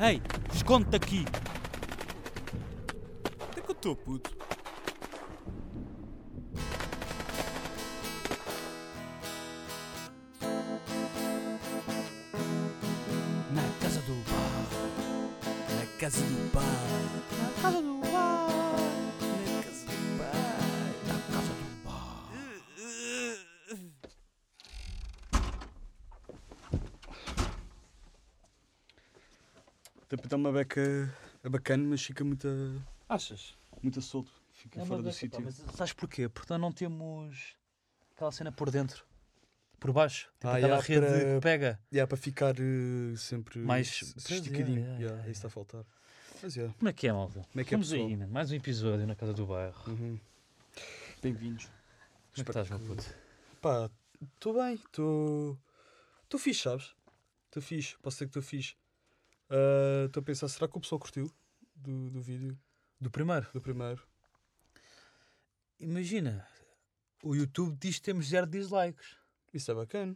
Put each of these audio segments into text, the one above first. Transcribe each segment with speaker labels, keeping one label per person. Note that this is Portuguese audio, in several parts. Speaker 1: Ei, esconde-te aqui.
Speaker 2: Onde é que eu estou, puto?
Speaker 1: Na casa do bar.
Speaker 2: Na casa do pai.
Speaker 1: Na casa do bar.
Speaker 2: Na casa do pai.
Speaker 1: Na casa do bar.
Speaker 2: Tipo, dá uma beca é bacana, mas fica muito,
Speaker 3: Achas?
Speaker 2: muito solto. Fica
Speaker 3: É uma
Speaker 2: fora do
Speaker 3: beca, pá,
Speaker 2: sítio.
Speaker 3: Mas sabes porquê? Porque nós não temos aquela cena por dentro, por baixo. Tipo
Speaker 2: Ah,
Speaker 3: aquela
Speaker 2: yeah,
Speaker 3: rede
Speaker 2: para-
Speaker 3: que pega.
Speaker 2: Yeah, para ficar eh, sempre
Speaker 3: Mais-
Speaker 2: s-
Speaker 3: pois, yeah,
Speaker 2: esticadinho.
Speaker 3: yeah,
Speaker 2: Yeah,
Speaker 3: yeah,
Speaker 2: Isso está a faltar. Mas yeah.
Speaker 3: Como é que é, malta?
Speaker 2: Como é que é,
Speaker 3: Estamos aí,
Speaker 2: pessoal?
Speaker 3: mano. mais um episódio na Casa do Bairro. Como
Speaker 2: Uhum. Bem-vindos.
Speaker 3: é que estás, meu puto?
Speaker 2: Pá, estou bem, estou. Estou fixe, sabes? Estou fixe, posso dizer que estou fixe. Ah, Estou a pensar, será que o pessoal curtiu do, do vídeo,
Speaker 3: Do primeiro.
Speaker 2: do primeiro?
Speaker 3: Imagina, o YouTube diz que temos zero dislikes.
Speaker 2: Isso é bacana.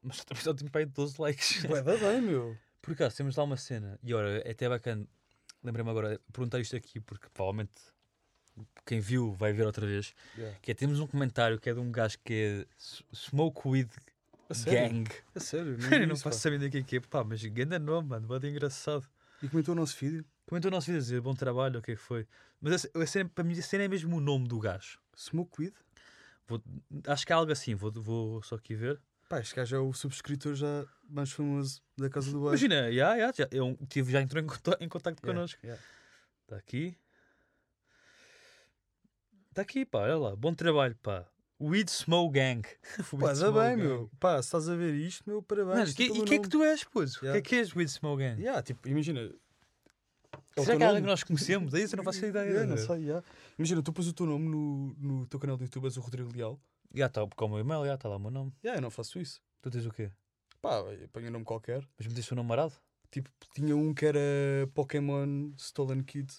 Speaker 3: Mas também só temos para aí 12 likes.
Speaker 2: Ué, dá bem, meu.
Speaker 3: Por acaso, temos lá uma cena, e ora, é até bacana, lembrei-me agora, perguntar isto aqui, porque provavelmente quem viu vai ver outra vez,
Speaker 2: Yeah.
Speaker 3: que é, temos um comentário que é de um gajo que é S- Smokeweed
Speaker 2: A sério?
Speaker 3: Gang.
Speaker 2: A sério,
Speaker 3: Eu não
Speaker 2: isso, pá.
Speaker 3: faço saber nem quem que é, pá, mas ganda nome, mano, bode engraçado.
Speaker 2: E comentou o nosso vídeo?
Speaker 3: Comentou o nosso vídeo a dizer, bom trabalho, o que é que foi. Mas a, a cena, para mim a cena é mesmo o nome do gajo.
Speaker 2: Smokeweed?
Speaker 3: Vou- acho que é algo assim, vou, vou só aqui ver.
Speaker 2: Pá, este gajo é o subscritor já mais famoso da Casa do Bairro.
Speaker 3: Imagina, já, já, já, eu tive, já entrou em, conta- em contacto
Speaker 2: Yeah,
Speaker 3: connosco.
Speaker 2: yeah.
Speaker 3: Está aqui. Está aqui, pá, olha lá. Bom trabalho, pá. Weed Smoke Gang. Weed
Speaker 2: Pá, dá
Speaker 3: Smoke
Speaker 2: bem,
Speaker 3: Gang.
Speaker 2: meu. Pá, se estás a ver isto, meu, parabéns.
Speaker 3: Mano, que-
Speaker 2: isto é
Speaker 3: e
Speaker 2: pelo
Speaker 3: que é que
Speaker 2: nome.
Speaker 3: tu és, pô? O que
Speaker 2: Yeah.
Speaker 3: é que és, Weed Smoke Gang?
Speaker 2: Yeah, tipo, imagina. é
Speaker 3: Será
Speaker 2: o teu
Speaker 3: que há alguém
Speaker 2: nome.
Speaker 3: que nós conhecemos? É isso, eu não faço ideia.
Speaker 2: Yeah,
Speaker 3: não
Speaker 2: não
Speaker 3: é?
Speaker 2: sei, yeah. Imagina, tu pôs o teu nome no, no teu canal do YouTube, és o Rodrigo Leal.
Speaker 3: Já está, porque é o meu e-mail, já está lá o meu nome.
Speaker 2: Yeah, eu não faço isso.
Speaker 3: Tu tens o quê?
Speaker 2: Pá, eu ponho um nome qualquer.
Speaker 3: Mas meteste o nome marado?
Speaker 2: Tipo, tinha um que era Pokémon Stolen Kid.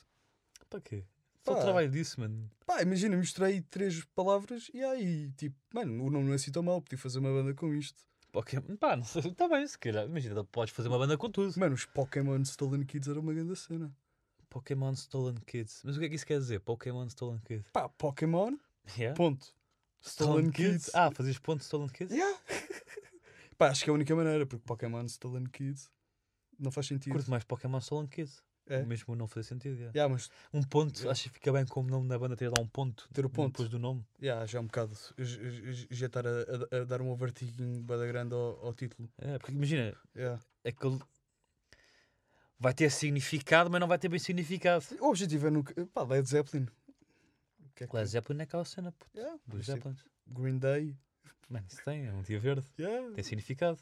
Speaker 3: Para quê? Só
Speaker 2: Pá.
Speaker 3: o trabalho disso, mano.
Speaker 2: Pá, imagina, misturei três palavras e aí, tipo, mano, o nome não é assim tão mau, podia fazer uma banda com isto.
Speaker 3: Pokémon. Pá, não sei. Está bem, se calhar. Imagina, podes fazer uma banda com tudo.
Speaker 2: Mano, os Pokémon Stolen Kids era uma grande cena.
Speaker 3: Pokémon Stolen Kids. Mas o que é que isso quer dizer? Pokémon Stolen Kids.
Speaker 2: Pá, Pokémon,
Speaker 3: Yeah?
Speaker 2: ponto. Stolen Kids.
Speaker 3: Ah, fazias ponto Stolen Kids?
Speaker 2: Yeah. Pá, acho que é a única maneira, porque Pokémon Stolen Kids não faz sentido.
Speaker 3: Curto mais Pokémon Stolen Kids.
Speaker 2: É.
Speaker 3: Mesmo não fazer sentido. yeah.
Speaker 2: Yeah, mas
Speaker 3: Um ponto,
Speaker 2: Yeah.
Speaker 3: acho que fica bem como nome na banda ter lá um ponto.
Speaker 2: Ter o ponto.
Speaker 3: Depois do nome.
Speaker 2: yeah, já é um bocado. j- j- Já estar a, a- a dar um overtiguinho bada grande ao, ao título.
Speaker 3: É, porque imagina,
Speaker 2: Yeah.
Speaker 3: aquele. Vai ter significado, mas não vai ter bem significado.
Speaker 2: O objetivo é nunca. Pá, Led Zeppelin. O que é que-
Speaker 3: Led Zeppelin é aquela cena, puto.
Speaker 2: Yeah,
Speaker 3: Dos
Speaker 2: sim.
Speaker 3: Zeppelins.
Speaker 2: Green Day.
Speaker 3: Mano, isso tem, é um dia verde.
Speaker 2: Yeah.
Speaker 3: Tem significado.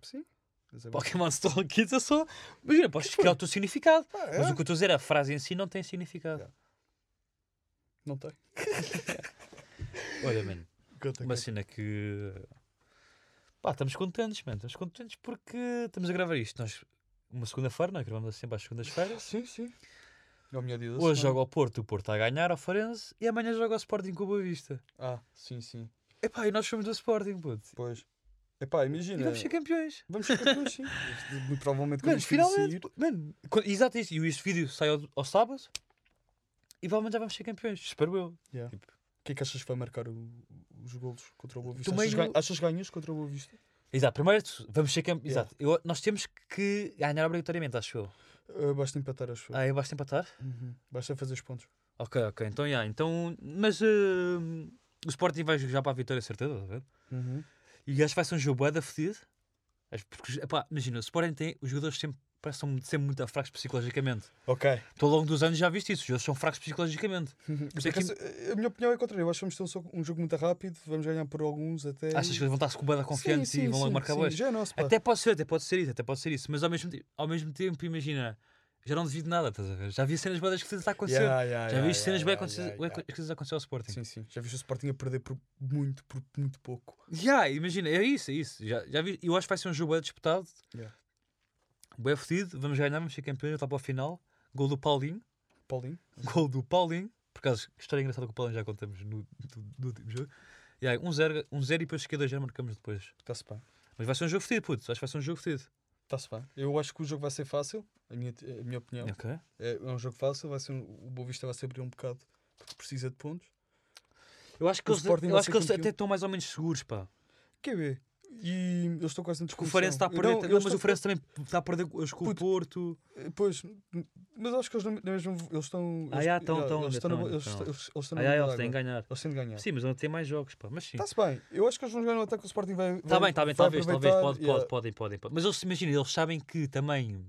Speaker 2: Sim. Mas é bom.
Speaker 3: Pokémon Stolen Kids é só. Imagina, podes criar o teu significado.
Speaker 2: Pá, é.
Speaker 3: Mas o que eu estou a dizer é a frase em si não tem significado.
Speaker 2: Não tem.
Speaker 3: Olha, mano,
Speaker 2: Conta,
Speaker 3: uma
Speaker 2: conta.
Speaker 3: cena que. Pá, estamos contentes, mano. Estamos contentes porque estamos a gravar isto. Nós, uma segunda-feira, nós gravamos sempre às segundas-feiras.
Speaker 2: Sim, sim. É o melhor dia da
Speaker 3: Hoje
Speaker 2: semana.
Speaker 3: joga ao Porto, o Porto a ganhar ao Farense e amanhã joga ao Sporting com o Boa Vista.
Speaker 2: Ah, sim, sim.
Speaker 3: Epá, e nós somos do Sporting, puto.
Speaker 2: Pois. Epá,
Speaker 3: E
Speaker 2: imagina.
Speaker 3: vamos ser campeões.
Speaker 2: Vamos ficar dois, sim. Este- Muito provavelmente quando
Speaker 3: Mano,
Speaker 2: isto sair-
Speaker 3: finalmente. pô, Mano, co- exato isso. E este vídeo sai ao, ao sábado e provavelmente já vamos ser campeões. Espero eu.
Speaker 2: Yeah.
Speaker 3: Tipo-
Speaker 2: O que é que achas que vai marcar o- os golos contra o Boa Vista?
Speaker 3: Também
Speaker 2: Achas, ga-
Speaker 3: o-
Speaker 2: achas ganhas contra o Boa Vista?
Speaker 3: Exato, primeiro vamos ser campeões.
Speaker 2: Yeah.
Speaker 3: Exato. Eu- nós temos que ganhar obrigatoriamente, acho eu.
Speaker 2: Ah, basta empatar, acho eu.
Speaker 3: Ah, eu basta empatar?
Speaker 2: Uhum. Basta fazer os pontos.
Speaker 3: Ok, ok. Então, yeah, então Mas hum, o Sporting vai jogar para a vitória, certeza, tá vendo? E acho que vai ser um jogo bué da fedido. Acho- Porque, epá, imagina, o Sporting tem. Os jogadores sempre parecem sempre muito fracos psicologicamente.
Speaker 2: Ok.
Speaker 3: Tu ao longo dos anos já viste isso, os jogadores são fracos psicologicamente.
Speaker 2: Por
Speaker 3: Sei que-
Speaker 2: acaso, A minha opinião é contrária. Eu acho que vamos ter um, só- um jogo muito rápido. Vamos ganhar por alguns até.
Speaker 3: Achas que eles vão estar-se com bué da confiantes
Speaker 2: Sim, sim,
Speaker 3: e vão logo
Speaker 2: sim,
Speaker 3: marcar
Speaker 2: sim.
Speaker 3: boas?
Speaker 2: Já é nosso, pá.
Speaker 3: Até pode ser, até pode ser isso, até pode ser isso, mas ao mesmo, te- ao mesmo tempo, imagina, já não devido nada, estás a ver? Já vi cenas boas que está a acontecer.
Speaker 2: Yeah, yeah,
Speaker 3: já
Speaker 2: yeah,
Speaker 3: vi cenas
Speaker 2: yeah,
Speaker 3: bem
Speaker 2: yeah, yeah, yeah.
Speaker 3: que coisas a acontecer ao Sporting.
Speaker 2: Sim, sim. Já viste o Sporting a perder por muito, por muito pouco.
Speaker 3: Já, imagina, é isso, é isso. Já, já vi, eu acho que vai ser um jogo bem disputado,
Speaker 2: Yeah.
Speaker 3: bem fedido, vamos ganhar, vamos ser campeões, está para o final. Gol do Paulinho,
Speaker 2: Paulinho?
Speaker 3: gol do Paulinho, por acaso, história engraçada com o Paulinho já contamos no, do- do último jogo. Yeah, um zero, um zero e depois cheguei dois já marcamos depois.
Speaker 2: Está-se bem.
Speaker 3: Mas vai ser um jogo fedido, puto, acho que vai ser um jogo fedido.
Speaker 2: Está-se bem. Eu acho que o jogo vai ser fácil, a minha, a minha opinião.
Speaker 3: Ok.
Speaker 2: É, é um jogo fácil, vai ser um- o Boa Vista vai se abrir um bocado, porque precisa de pontos.
Speaker 3: Eu acho que
Speaker 2: O
Speaker 3: eles,
Speaker 2: Sporting
Speaker 3: eu
Speaker 2: vai
Speaker 3: acho
Speaker 2: ser
Speaker 3: que eles
Speaker 2: campeão.
Speaker 3: até estão mais ou menos seguros, pá.
Speaker 2: Quer ver? E eu estou quase na Então,
Speaker 3: Porque o
Speaker 2: desconfiança.
Speaker 3: Farense está a perder, também, mas o Farense também está a perder os com o
Speaker 2: Puto,
Speaker 3: Porto.
Speaker 2: eh, Pois, mas acho que eles não, não mesmo, eles estão...
Speaker 3: Ah,
Speaker 2: eles-
Speaker 3: já, estão,
Speaker 2: já,
Speaker 3: estão,
Speaker 2: Eles
Speaker 3: ainda
Speaker 2: estão na
Speaker 3: estão,
Speaker 2: bo- eles
Speaker 3: ainda
Speaker 2: estão- eles- eles estão
Speaker 3: Ah,
Speaker 2: na
Speaker 3: já,
Speaker 2: boa
Speaker 3: eles têm que
Speaker 2: água.
Speaker 3: ganhar.
Speaker 2: Eles têm de ganhar.
Speaker 3: Sim, mas não tem mais jogos, pá. Mas sim.
Speaker 2: Está-se bem. Eu acho que eles vão jogar no ataque. O Sporting vai.
Speaker 3: Está
Speaker 2: vai-
Speaker 3: Tá bem, está bem,
Speaker 2: vai
Speaker 3: talvez, talvez,
Speaker 2: aproveitar,
Speaker 3: pode, pode,
Speaker 2: yeah.
Speaker 3: podem, podem, podem. Mas eles, imagina, eles sabem que também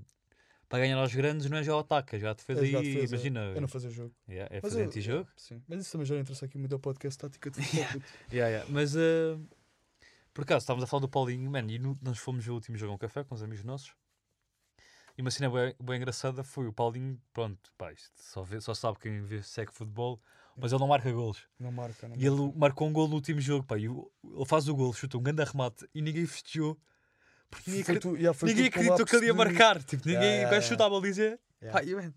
Speaker 3: para ganhar aos grandes não é jogar ao ataque, é jogar a defesa
Speaker 2: É jogar
Speaker 3: e
Speaker 2: defesa,
Speaker 3: imagina.
Speaker 2: É não fazer jogo.
Speaker 3: yeah, é
Speaker 2: Mas
Speaker 3: fazer
Speaker 2: eu-
Speaker 3: antijogo.
Speaker 2: Sim. Mas isso também já não interessa aqui muito ao podcast tática de futebol, puto.
Speaker 3: Yeah, yeah. Mas eh, por acaso estávamos a falar do Paulinho, mano, e no- nós fomos ver o último jogo a um café com uns amigos nossos. E uma cena bem, bem engraçada foi o Paulinho, pronto, pá, isto só, vê, só sabe quem vê, segue futebol, mas ele não marca golos.
Speaker 2: Não marca, não
Speaker 3: E ele marcou um gol no último jogo, pá, e o- ele faz o gol, chuta um grande arremate e ninguém festejou. Porque ninguém, acre- ninguém acreditou que ele ia marcar. Tipo, ninguém
Speaker 2: Yeah, yeah,
Speaker 3: o gajo
Speaker 2: yeah.
Speaker 3: chutava a baliza.
Speaker 2: Yeah.
Speaker 3: Pá, e, man,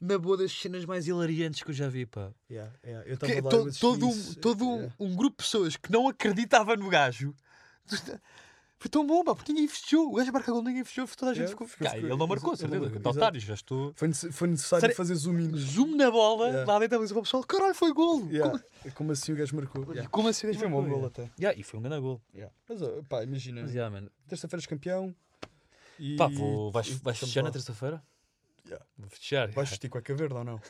Speaker 3: na boa das cenas mais hilariantes que eu já vi, pá.
Speaker 2: Eu
Speaker 3: Que é
Speaker 2: estava lá.
Speaker 3: to-
Speaker 2: eu assisti
Speaker 3: todo um,
Speaker 2: isso.
Speaker 3: todo um,
Speaker 2: Yeah.
Speaker 3: um grupo de pessoas que não acreditava no gajo. Foi tão bom, pá, porque ninguém festejou. O gajo marca gol, ninguém festejou, toda a gente
Speaker 2: Yeah,
Speaker 3: ficou.
Speaker 2: ficou-
Speaker 3: Cá,
Speaker 2: ficou-
Speaker 3: ele não marcou,
Speaker 2: exa-
Speaker 3: certeza.
Speaker 2: ele-
Speaker 3: Que otário, já estou.
Speaker 2: Foi, nece- foi necessário
Speaker 3: Sério?
Speaker 2: fazer zoom in.
Speaker 3: Zoom na bola,
Speaker 2: Yeah.
Speaker 3: lá dentro mas o pessoal, caralho, foi golo.
Speaker 2: Yeah.
Speaker 3: Como,
Speaker 2: Como assim o gajo marcou? Yeah.
Speaker 3: como assim?
Speaker 2: E foi um bom gol
Speaker 3: Yeah.
Speaker 2: até.
Speaker 3: Yeah, e foi um grande gol.
Speaker 2: Yeah. Mas ó, pá, imagina.
Speaker 3: Mas, yeah, man.
Speaker 2: Terça-feira és campeão. E...
Speaker 3: Pá, vou, vais,
Speaker 2: e
Speaker 3: vais
Speaker 2: estamos
Speaker 3: festejar na
Speaker 2: lá.
Speaker 3: terça-feira?
Speaker 2: Yeah.
Speaker 3: Vou festejar.
Speaker 2: Vais vestir cueca verde ou não?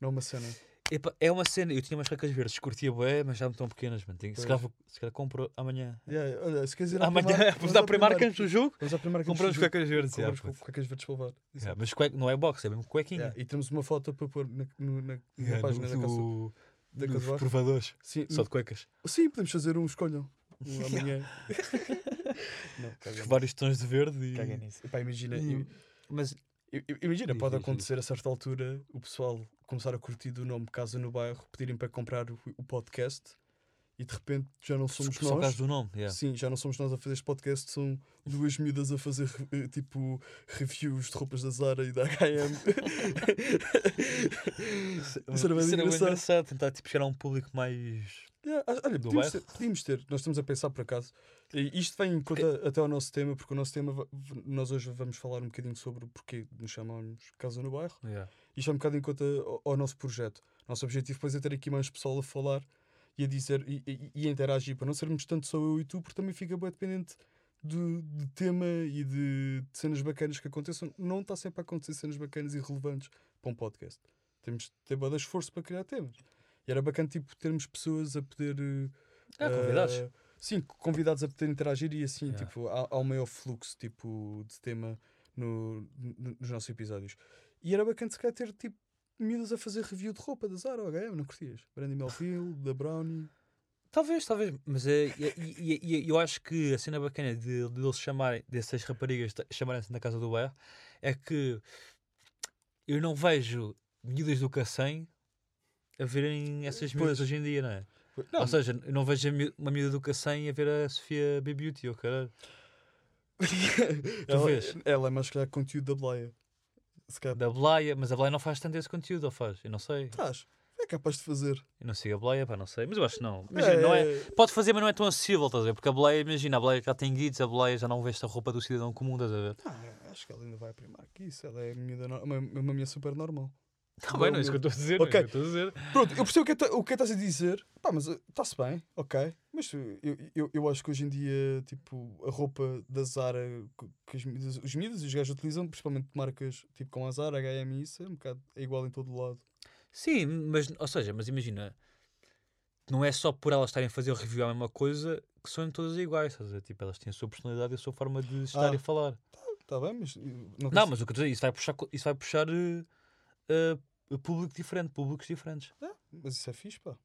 Speaker 2: Não é uma cena.
Speaker 3: Epá, é uma cena, eu tinha umas facas verdes, curtia bué, mas já me estão pequenas, mano. Tenho- Se
Speaker 2: Pois.
Speaker 3: calhar, vou- se calhar compro amanhã.
Speaker 2: Yeah, yeah, olha, se quiser ir à
Speaker 3: Amanhã,
Speaker 2: Primark,
Speaker 3: Ah, vamos dar primeiro
Speaker 2: Primark.
Speaker 3: antes do jogo,
Speaker 2: Vamos à Primark antes
Speaker 3: compramos
Speaker 2: do jogo.
Speaker 3: facas verdes. yeah,
Speaker 2: Compramos
Speaker 3: puto.
Speaker 2: cu- cuecas verdes para levar.
Speaker 3: Yeah, mas cueca, não é box, é mesmo cuequinha.
Speaker 2: Yeah, E temos uma foto para pôr na, no- na, na
Speaker 3: Yeah,
Speaker 2: página
Speaker 3: do-
Speaker 2: da Caça.
Speaker 3: do-
Speaker 2: da
Speaker 3: dos
Speaker 2: Casuar.
Speaker 3: provadores,
Speaker 2: Sim,
Speaker 3: só de cuecas.
Speaker 2: sim, podemos fazer um escolham. Um amanhã. não, caga nisso.
Speaker 3: Vários tons de verde e...
Speaker 2: Caga nisso. Epá, imagina,
Speaker 3: e-
Speaker 2: eu-
Speaker 3: Mas,
Speaker 2: eu- eu- imagina,
Speaker 3: Diz,
Speaker 2: pode
Speaker 3: diz, diz.
Speaker 2: acontecer a certa altura o pessoal começar a curtir do nome Casa no Bairro, pedirem para comprar o, o podcast e de repente já não somos
Speaker 3: só por
Speaker 2: nós.
Speaker 3: causa do nome, yeah.
Speaker 2: Sim, já não somos nós a fazer este podcast, são duas miúdas a fazer eh, tipo reviews de roupas da Zara e da HM. Isso era bem
Speaker 3: bem
Speaker 2: engraçado.
Speaker 3: engraçado, tentar tipo, chegar a um público mais...
Speaker 2: Yeah, ah, olha,
Speaker 3: Do
Speaker 2: podíamos ter,
Speaker 3: bairro?
Speaker 2: podíamos ter, nós estamos a pensar por acaso. E isto vem em conta
Speaker 3: É.
Speaker 2: até ao nosso tema, porque o nosso tema, va- v- nós hoje vamos falar um bocadinho sobre o porquê de nos chamarmos Casa no Bairro.
Speaker 3: Yeah.
Speaker 2: Isto é um bocado em conta ao, ao nosso projeto. Nosso objetivo depois é ter aqui mais pessoal a falar e a dizer e, e- e a interagir, para não sermos tanto só eu e tu, porque também fica bem dependente do, de tema e de, de cenas bacanas que aconteçam. Não está sempre a acontecer cenas bacanas e relevantes para um podcast. Temos de ter bué de esforço para criar temas. E era bacana tipo, termos pessoas a poder. eh,
Speaker 3: Ah, convidados.
Speaker 2: eh, sim, convidados a poder interagir e assim
Speaker 3: Yeah.
Speaker 2: tipo, há, há um maior fluxo tipo, de tema no- no- nos nossos episódios. E era bacana se calhar ter tipo miúdas a fazer review de roupa da Zara ou HM, não curtias? Brandy Melville, da Brownie.
Speaker 3: Talvez, talvez, mas é, e- e- e- e eu acho que a cena bacana de, de eles chamarem, dessas raparigas ta- chamarem-se na casa do bairro, é que eu não vejo miúdas do Cacém a verem essas miúdas
Speaker 2: Pois.
Speaker 3: hoje em dia, não é?
Speaker 2: Não,
Speaker 3: Ou seja, eu não vejo a miú- uma miúda do Cacém a ver a Sofia B Beauty, ou caralho.
Speaker 2: ela,
Speaker 3: vês?
Speaker 2: ela é mais calhar conteúdo da Blaia. Se calhar
Speaker 3: Da Blaia, mas a Blaia não faz tanto esse conteúdo, ou faz? Eu não sei.
Speaker 2: traz. É capaz de fazer.
Speaker 3: Eu não sigo a Blaia, pá, não sei. Mas eu acho que não. Imagina, não é, pode fazer, mas não é tão acessível, estás a ver? Porque a Blaia, imagina, a Blaia já tem guides, a Blaia já não vê esta roupa do cidadão comum, estás a ver?
Speaker 2: Ah, acho que ela ainda vai a Primark. Isso, ela é miúda no- uma, uma minha super normal.
Speaker 3: Está bem, não é isso que eu estou a dizer. não é isso
Speaker 2: Ok.
Speaker 3: que eu estou a dizer.
Speaker 2: Pronto, eu percebo o que é ta- o que é que estás a dizer, pá, mas está-se bem, ok. Mas uh, eu, eu, eu acho que hoje em dia, tipo, a roupa da Zara que- que as miúdas, os miúdas e os gajos utilizam, principalmente marcas tipo com a Zara, HM e isso, é um bocado é igual em todo o lado.
Speaker 3: Sim, mas, ou seja, mas imagina, não é só por elas estarem a fazer o review à mesma coisa que são todas iguais, estás a ver? Tipo, elas têm a sua personalidade e a sua forma de estar
Speaker 2: Ah.
Speaker 3: e falar.
Speaker 2: Está bem, mas. uh, Não,
Speaker 3: Não,
Speaker 2: consigo-
Speaker 3: mas o que eu estou a dizer, isso vai puxar, co- isso vai puxar eh, eh, público diferente, públicos diferentes.
Speaker 2: mas isso é fixe, pá.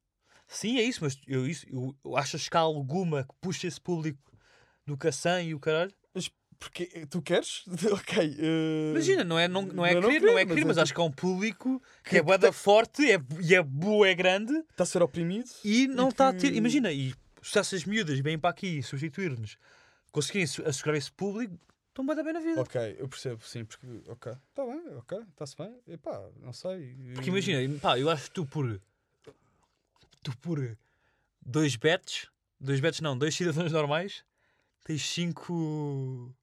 Speaker 3: Sim, é isso, mas eu, isso, eu, eu achas que há alguma que puxa esse público do Cassan e o caralho?
Speaker 2: Porque eh, tu queres? ok. eh,
Speaker 3: Imagina, não é, não, não é
Speaker 2: não, não
Speaker 3: querer, não é
Speaker 2: querer,
Speaker 3: querer, mas
Speaker 2: mas é
Speaker 3: acho que há um público que,
Speaker 2: que-
Speaker 3: é bué da forte é, e é boa, é grande
Speaker 2: Está tá a ser oprimido?
Speaker 3: e não está a ter.
Speaker 2: que-
Speaker 3: Imagina, e se essas miúdas vêm para aqui substituir-nos, conseguirem su- assegurar esse público, estão bué da bem na vida.
Speaker 2: Ok, eu percebo, sim, porque. Ok. Está bem, ok, está-se bem. Epá, não sei.
Speaker 3: Porque
Speaker 2: eh,
Speaker 3: imagina, pá, eu acho que tu por. Tu por dois bets, dois bets não, dois cidadãos normais, tens cinco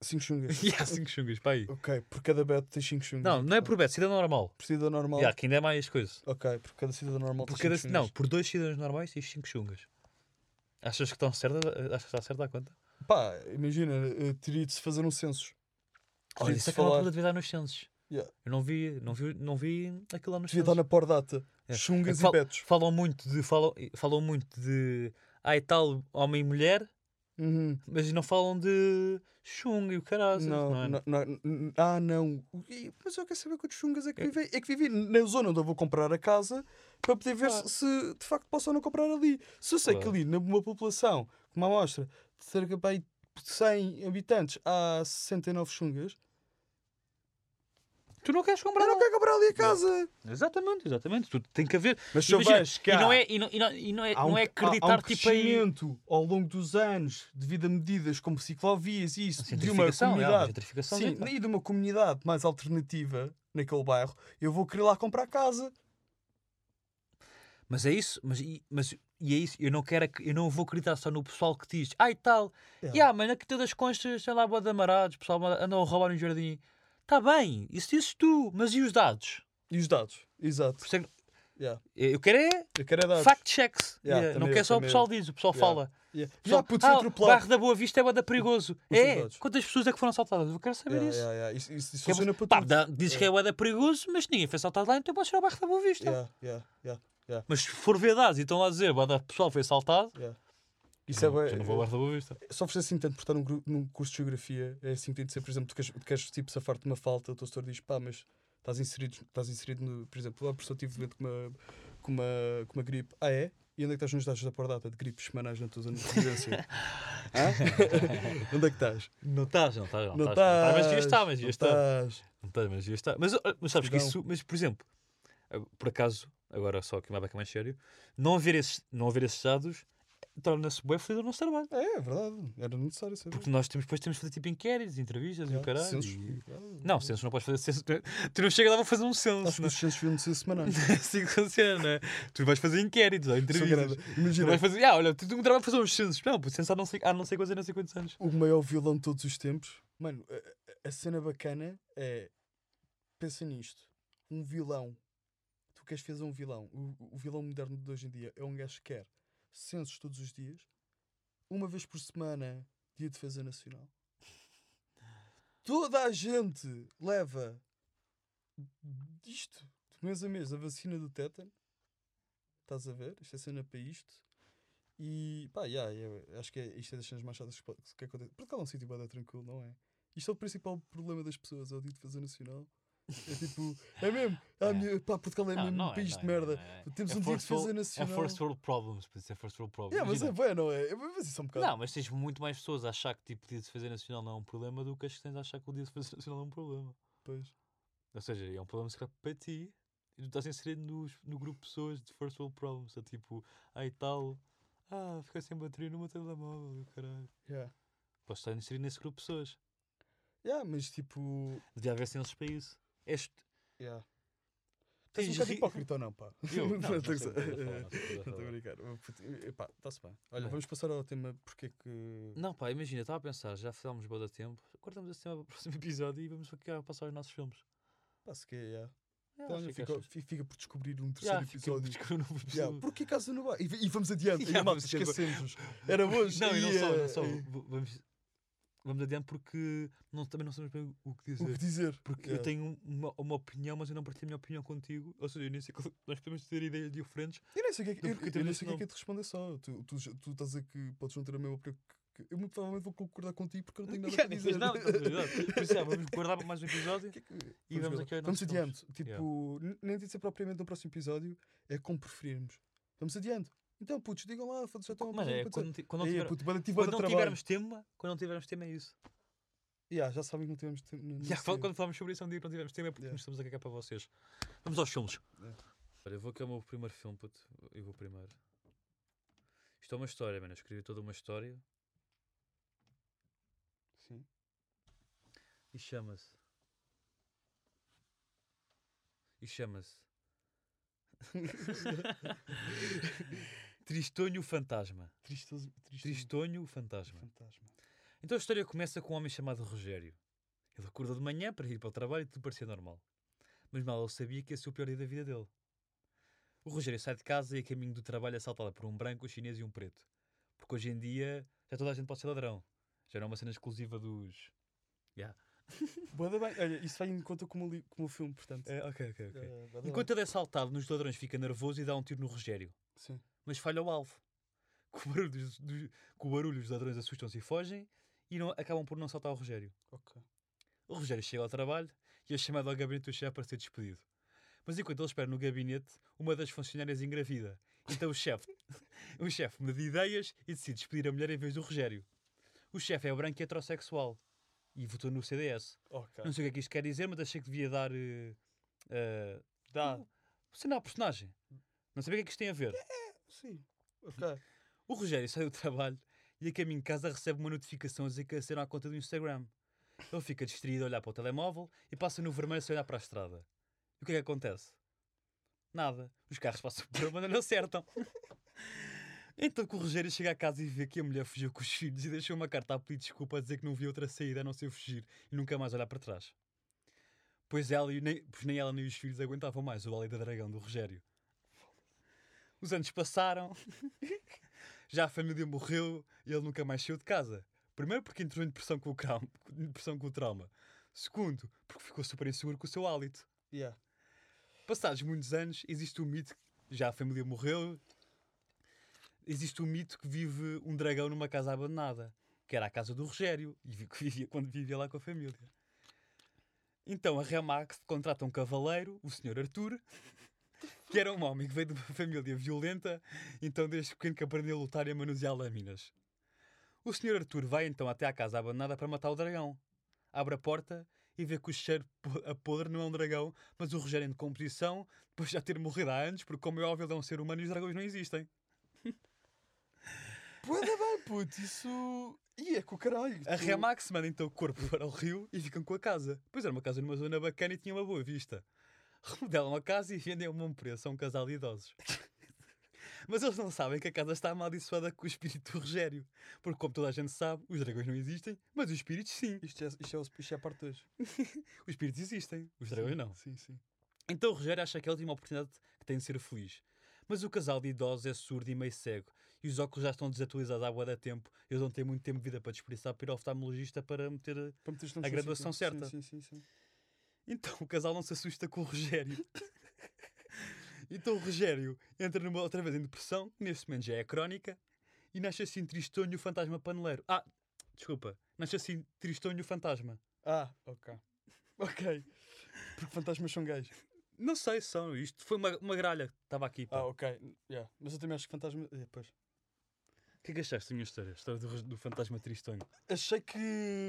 Speaker 2: 5 eh, chungas.
Speaker 3: E há 5 chungas, pá aí.
Speaker 2: Ok, por cada bet tens 5 chungas.
Speaker 3: Não, não é por bet, cidadão normal.
Speaker 2: Por cidadão normal.
Speaker 3: Yeah, que ainda é mais coisa.
Speaker 2: Ok, por cada cidadão normal
Speaker 3: Por
Speaker 2: tens
Speaker 3: cada,
Speaker 2: cinco
Speaker 3: não,
Speaker 2: chungas.
Speaker 3: por dois cidadãos normais tens 5 chungas. Achas que estão certa? Achas que está certa a conta?
Speaker 2: Pá, imagina, eh, teria de se fazer um censo.
Speaker 3: Olha,
Speaker 2: de
Speaker 3: isso é
Speaker 2: se
Speaker 3: acaba
Speaker 2: falar.
Speaker 3: por devia dar nos censos.
Speaker 2: Yeah.
Speaker 3: Eu não vi, não vi, não vi aquilo lá nos
Speaker 2: Devia
Speaker 3: censos.
Speaker 2: estar na por data.
Speaker 3: É. É
Speaker 2: Chungas
Speaker 3: que fal-
Speaker 2: e betos.
Speaker 3: Falam muito de falam, falam muito de ai tal homem e mulher,
Speaker 2: Uhum.
Speaker 3: mas não falam de chunga e o caralho, não,
Speaker 2: Não,
Speaker 3: é?
Speaker 2: não, não, n- ah, não. Ih, Mas eu quero saber quantos chungas é que vivem. É que vivi na zona onde eu vou comprar a casa para poder ver
Speaker 3: Claro.
Speaker 2: se, se de facto posso ou não comprar ali. Se eu sei
Speaker 3: Claro.
Speaker 2: que ali, numa população, uma amostra de cerca pá, aí de 100 habitantes, há 69 chungas,
Speaker 3: Tu não queres comprar
Speaker 2: eu não
Speaker 3: nada.
Speaker 2: quero comprar ali a casa.
Speaker 3: Exatamente, exatamente. Tu tem que haver.
Speaker 2: Mas se eu
Speaker 3: Imagina,
Speaker 2: vejo que
Speaker 3: E
Speaker 2: há-
Speaker 3: não é, e não, e não, e não é,
Speaker 2: há um-
Speaker 3: não é
Speaker 2: há, há
Speaker 3: acreditar
Speaker 2: um
Speaker 3: tipo aí.
Speaker 2: crescimento ao longo dos anos devido a medidas como ciclovias e isso de uma
Speaker 3: Gentrificação, é, uma
Speaker 2: comunidade
Speaker 3: gentrificação.
Speaker 2: Sim,
Speaker 3: gente, pá.
Speaker 2: e de uma comunidade mais alternativa naquele bairro, eu vou querer lá comprar casa.
Speaker 3: Mas é isso, mas, e- mas e é isso, eu não quero, ac- eu não vou acreditar só no pessoal que diz, ai tal,
Speaker 2: Yeah.
Speaker 3: yeah. mas na Quinta das Conchas, sei lá, boa de amarados, pessoal andam a roubar no jardim. Está bem, isso dizes tu, mas e os dados?
Speaker 2: E os dados,
Speaker 3: Por
Speaker 2: exato.
Speaker 3: isso é que-
Speaker 2: Yeah.
Speaker 3: Eu quero é
Speaker 2: Eu quero é dados.
Speaker 3: fact checks.
Speaker 2: Yeah,
Speaker 3: Yeah, Não
Speaker 2: também
Speaker 3: quer
Speaker 2: eu,
Speaker 3: só o
Speaker 2: também
Speaker 3: pessoal
Speaker 2: eu.
Speaker 3: diz, o pessoal
Speaker 2: Yeah.
Speaker 3: fala.
Speaker 2: Yeah.
Speaker 3: O pessoal,
Speaker 2: Já pude ser
Speaker 3: "Ah, o
Speaker 2: atropelado.
Speaker 3: barro da Boa Vista é boa da perigoso.
Speaker 2: Os
Speaker 3: é,
Speaker 2: dados.
Speaker 3: quantas pessoas é que foram assaltadas? Eu quero saber
Speaker 2: Yeah,
Speaker 3: isso.
Speaker 2: yeah, yeah. Isso, isso, isso
Speaker 3: Que é
Speaker 2: funciona para
Speaker 3: Pá,
Speaker 2: tudo.
Speaker 3: dá- dizes que é boa da perigoso, mas ninguém foi assaltado lá, então podes ir ao barro da Boa Vista.
Speaker 2: Yeah, yeah, yeah,
Speaker 3: Mas se for verdade e estão lá a dizer, o pessoal foi assaltado,
Speaker 2: yeah. Isso é
Speaker 3: eu
Speaker 2: bué-
Speaker 3: não vou ao barro da Boa Vista.
Speaker 2: Só por ser assim tanto por estar num, gru- num curso de geografia, é assim que tem de ser, por exemplo, tu queres, tu queres tipo safar-te de uma falta, o teu setor diz, pá, mas estás inserido, estás inserido no, por exemplo, lá professor tive de com uma, com uma, com uma gripe. Ah, é? E onde é que estás nos dados da data de gripes semanais na tua zona de residência? Hã? onde é que estás?
Speaker 3: Não estás, não estás, não,
Speaker 2: Não
Speaker 3: estás.
Speaker 2: estás.
Speaker 3: Mas já está, mas já
Speaker 2: não tá.
Speaker 3: está.
Speaker 2: estás.
Speaker 3: Não estás, mas já está. Mas, ah, mas sabes que
Speaker 2: Não.
Speaker 3: isso, mas por exemplo, ah, por acaso, agora só que uma beca mais sério, não haver esses, não haver esses dados torna-se bué fodido o nosso trabalho.
Speaker 2: É, é verdade. Era necessário saber.
Speaker 3: Porque nós temos, depois temos de fazer tipo inquéritos, entrevistas e o caralho.
Speaker 2: Censos.
Speaker 3: e-
Speaker 2: Ah,
Speaker 3: Não, censo não podes fazer censo. Tu tu não chega lá para fazer um
Speaker 2: Acho
Speaker 3: censo,
Speaker 2: que
Speaker 3: não
Speaker 2: os censos deviam de ser semanais.
Speaker 3: é? assim que funciona, não é? Tu vais fazer inquéritos ou
Speaker 2: Sou
Speaker 3: entrevistas.
Speaker 2: grande.
Speaker 3: Tu
Speaker 2: Imagina,
Speaker 3: vais fazer, ah, olha, tu tu me trabalhas a fazer uns censos. Não, por censo há não sei, há não sei quantos, e não sei quantos anos.
Speaker 2: o maior vilão de todos os tempos. Mano, a- a, a cena bacana é. Pensa nisto. Um vilão. Tu queres fazer um vilão. O, o vilão moderno de hoje em dia é um gajo que quer censos todos os dias, uma vez por semana, dia de defesa nacional. Toda a gente leva isto de mês a mês a vacina do tétano. Estás a ver? Isto é cena para isto. E pá, yeah, eu acho que é, isto é das cenas mais chatas que, pode- que acontece. Portugal é um sítio bada tranquilo, não é? Isto é o principal problema das pessoas, é o dia de fazer nacional. É tipo, é mesmo, ah,
Speaker 3: É.
Speaker 2: minha- pá, Portugal é mesmo um país de merda. Temos um dia de defesa nacional.
Speaker 3: É first world problems, por isso é first world problems.
Speaker 2: Yeah, mas é
Speaker 3: Imagina.
Speaker 2: bué, não é? É- Mas isso é um bocado.
Speaker 3: Não, mas tens muito mais pessoas a achar que tipo, o dia de defesa nacional não é um problema do que as que tens a achar que o dia de defesa nacional é um problema.
Speaker 2: Pois.
Speaker 3: Ou seja, é um problema se calhar para ti e tu estás inserido nos- no grupo de pessoas de first world problems. É tipo, ai tal, ah, fiquei sem bateria no meu telemóvel, e o caralho.
Speaker 2: Yeah.
Speaker 3: Podes estar inserido nesse grupo de pessoas.
Speaker 2: Yeah, mas tipo.
Speaker 3: Devia haver censos para isso. És tu-
Speaker 2: Yeah. Tens
Speaker 3: Tens
Speaker 2: um bocado
Speaker 3: ri-
Speaker 2: hipócrita ou não, pá?
Speaker 3: Eu? Não,
Speaker 2: Não,
Speaker 3: não
Speaker 2: estou a
Speaker 3: sei,
Speaker 2: gozar.
Speaker 3: não estou a falar, não estou a
Speaker 2: Não estou
Speaker 3: falar.
Speaker 2: a brincar. Puto, e- Pá, está-se bem. Olha,
Speaker 3: Bem.
Speaker 2: vamos passar ao tema porque é que.
Speaker 3: Não, pá, imagina, estava a pensar, já fizemos boa da tempo, cortamos esse tema para o próximo episódio e vamos ficar a passar os nossos filmes.
Speaker 2: Pá-se que é.
Speaker 3: Ah,
Speaker 2: yeah. Então,
Speaker 3: acho
Speaker 2: olha,
Speaker 3: que
Speaker 2: fica,
Speaker 3: achas.
Speaker 2: fi- fica por descobrir um
Speaker 3: Já,
Speaker 2: terceiro
Speaker 3: fica-
Speaker 2: episódio.
Speaker 3: descobri um novo
Speaker 2: Yeah,
Speaker 3: episódio.
Speaker 2: Porque casa no bar. E, e vamos adiante.
Speaker 3: Yeah,
Speaker 2: Yeah,
Speaker 3: vamos adiante.
Speaker 2: esquecemos. Era hoje.
Speaker 3: Não, e não só, não
Speaker 2: eh,
Speaker 3: só.
Speaker 2: eh,
Speaker 3: v- Vamos, vamos adiante porque não- também não sabemos bem o que
Speaker 2: O
Speaker 3: dizer.
Speaker 2: que dizer?
Speaker 3: Porque eu
Speaker 2: Yeah.
Speaker 3: tenho uma, uma opinião, mas eu não partilho a minha opinião contigo. Ou seja, eu nem sei qual, nós podemos ter ideias diferentes.
Speaker 2: Eu nem sei o que é que,
Speaker 3: Não,
Speaker 2: eu,
Speaker 3: porque
Speaker 2: eu
Speaker 3: temos
Speaker 2: nem
Speaker 3: esse
Speaker 2: sei o que é que
Speaker 3: nome.
Speaker 2: é de responder só. Tu, tu, já- tu estás a dizer que podes não ter a mesma opinião que- que- Eu muito provavelmente vou concordar contigo porque eu não tenho nada
Speaker 3: Yeah,
Speaker 2: a
Speaker 3: nem
Speaker 2: dizer.
Speaker 3: tens nada, estás a ver? Exato. Por isso, já, vamos guardar para mais um episódio.
Speaker 2: O que é que-
Speaker 3: E vamos
Speaker 2: guardar.
Speaker 3: aqui aos
Speaker 2: Vamos
Speaker 3: nossos filmes.
Speaker 2: adiante. Tipo, n- nem de ser propriamente no próximo episódio, é como preferirmos. Vamos adiante. Então, putos, digam lá, foda-se, já estão a
Speaker 3: Mas é,
Speaker 2: para
Speaker 3: quando,
Speaker 2: dizer.
Speaker 3: ti- quando não,
Speaker 2: Ei,
Speaker 3: tiver-
Speaker 2: puto, banda, tive
Speaker 3: quando
Speaker 2: bué de
Speaker 3: não
Speaker 2: trabalho.
Speaker 3: tivermos tema, quando não tivermos tema é isso.
Speaker 2: Yeah, já sabem que não tivemos tempo. não- não
Speaker 3: Já,
Speaker 2: sei.
Speaker 3: fal- quando falamos sobre isso, é um dia que não tivermos tema é porque
Speaker 2: Yeah.
Speaker 3: nós estamos a cagar para vocês. Vamos aos filmes.
Speaker 2: Yeah.
Speaker 3: Olha, eu vou aqui ao meu primeiro filme, puto. Eu vou primeiro. Isto é uma história, mano. Eu escrevi toda uma história
Speaker 2: Sim.
Speaker 3: e chama-se. E chama-se. Tristonho o Fantasma.
Speaker 2: Tristoso- tristoso-
Speaker 3: Tristonho o Fantasma.
Speaker 2: Fantasma.
Speaker 3: Então a história começa com um homem chamado Rogério. Ele acordou de manhã para ir para o trabalho e tudo parecia normal. Mas mal ele sabia que esse é o pior dia da vida dele. O Rogério sai de casa e a caminho do trabalho é assaltado por um branco, um chinês e um preto. Porque hoje em dia já toda a gente pode ser ladrão. Já não é uma cena exclusiva dos. Yeah.
Speaker 2: Boa da bem. Olha, isso vai em conta como, li- como filme, portanto.
Speaker 3: É, ok, ok, ok.
Speaker 2: É, bué da
Speaker 3: Enquanto ele é assaltado, nos ladrões fica nervoso e dá um tiro no Rogério.
Speaker 2: bem. Sim.
Speaker 3: mas falha o alvo. Com o barulho dos, dos- com o barulho, os ladrões assustam-se e fogem e não, acabam por não saltar o Rogério.
Speaker 2: Ok.
Speaker 3: O Rogério chega ao trabalho e é chamado ao gabinete do chefe para ser despedido. Mas enquanto ele espera no gabinete, uma das funcionárias engravida. Então o chefe o chefe muda de ideias e decide despedir a mulher em vez do Rogério. O chefe é branco e heterossexual e votou no CDS.
Speaker 2: Ok.
Speaker 3: Não sei o que é que isto quer dizer, mas achei que devia dar. eh, eh,
Speaker 2: Dá.
Speaker 3: sinal à personagem. Não sei o que é que isto tem a ver.
Speaker 2: Sim. Ok.
Speaker 3: O Rogério sai do trabalho e a caminho de casa recebe uma notificação a dizer que acessaram à conta do Instagram. Ele fica distraído a olhar para o telemóvel e passa no vermelho sem olhar para a estrada. E o que é que acontece? Nada. Os carros passam por ele, mas não acertam. Então que o Rogério chega a casa e vê que a mulher fugiu com os filhos e deixou uma carta a pedir desculpa a dizer que não viu outra saída a não ser fugir e nunca mais olhar para trás. Pois, ela e nem, pois nem ela nem os filhos aguentavam mais o balé da dragão do Rogério. Os anos passaram já a família morreu e ele nunca mais saiu de casa. Primeiro porque entrou em depressão com o, cram- em depressão com o trauma. Segundo, porque ficou super inseguro com o seu hálito.
Speaker 2: Yeah.
Speaker 3: Passados muitos anos, existe o mito que já a família morreu. Existe o mito que vive um dragão numa casa abandonada, que era a casa do Rogério, e vi- que vivia quando vivia lá com a família. Então a Remax contrata um cavaleiro, o Sr. Arthur, que era um homem que veio de uma família violenta, então desde pequeno que aprendeu a lutar e a manusear lâminas. O Sr. Arthur vai então até à casa abandonada para matar o dragão. Abre a porta e vê que o cheiro po- a podre não é um dragão, mas o Rogério em decomposição, depois de já ter morrido há anos, porque como é óbvio ele é um ser humano e os dragões não existem.
Speaker 2: Boa da bem, puto. Isso. Ih, é com o caralho.
Speaker 3: A
Speaker 2: Tu-
Speaker 3: Remax manda então o corpo para o rio e ficam com a casa. Pois era uma casa numa zona bacana e tinha uma boa vista. Remodelam a casa e vendem a um bom preço a um casal de idosos. Mas eles não sabem que a casa está amaldiçoada com o espírito do Rogério. Porque, como toda a gente sabe, os dragões não existem, mas os espíritos sim.
Speaker 2: Isto é, isto, é, o- isto é a parte 2.
Speaker 3: Os espíritos existem, os dragões não.
Speaker 2: Sim, sim.
Speaker 3: Então o Rogério acha que é a última oportunidade que tem de ser feliz. Mas o casal de idosos é surdo e meio cego, e os óculos já estão desatualizados há bué da tempo, eles não têm muito tempo de vida para desperdiçar para ir ao oftalmologista para meter...
Speaker 2: Para meteres num
Speaker 3: A graduação
Speaker 2: sítio.
Speaker 3: certa.
Speaker 2: Sim, sim, sim. sim.
Speaker 3: Então o casal não se assusta com o Rogério. então o Rogério entra numa outra vez em depressão, que neste momento já é crónica, e nasce assim tristonho o fantasma paneleiro. Ah, desculpa, nasce assim tristonho o fantasma.
Speaker 2: Ah, ok. Ok. Porque fantasmas são gays.
Speaker 3: Não sei se são, isto foi uma, uma gralha que estava aqui. pá.
Speaker 2: Ah, ok. Yeah. Mas eu também acho que fantasmas. É, pois.
Speaker 3: O que é que achaste da minha história? A história do, do fantasma tristonho.
Speaker 2: Achei que.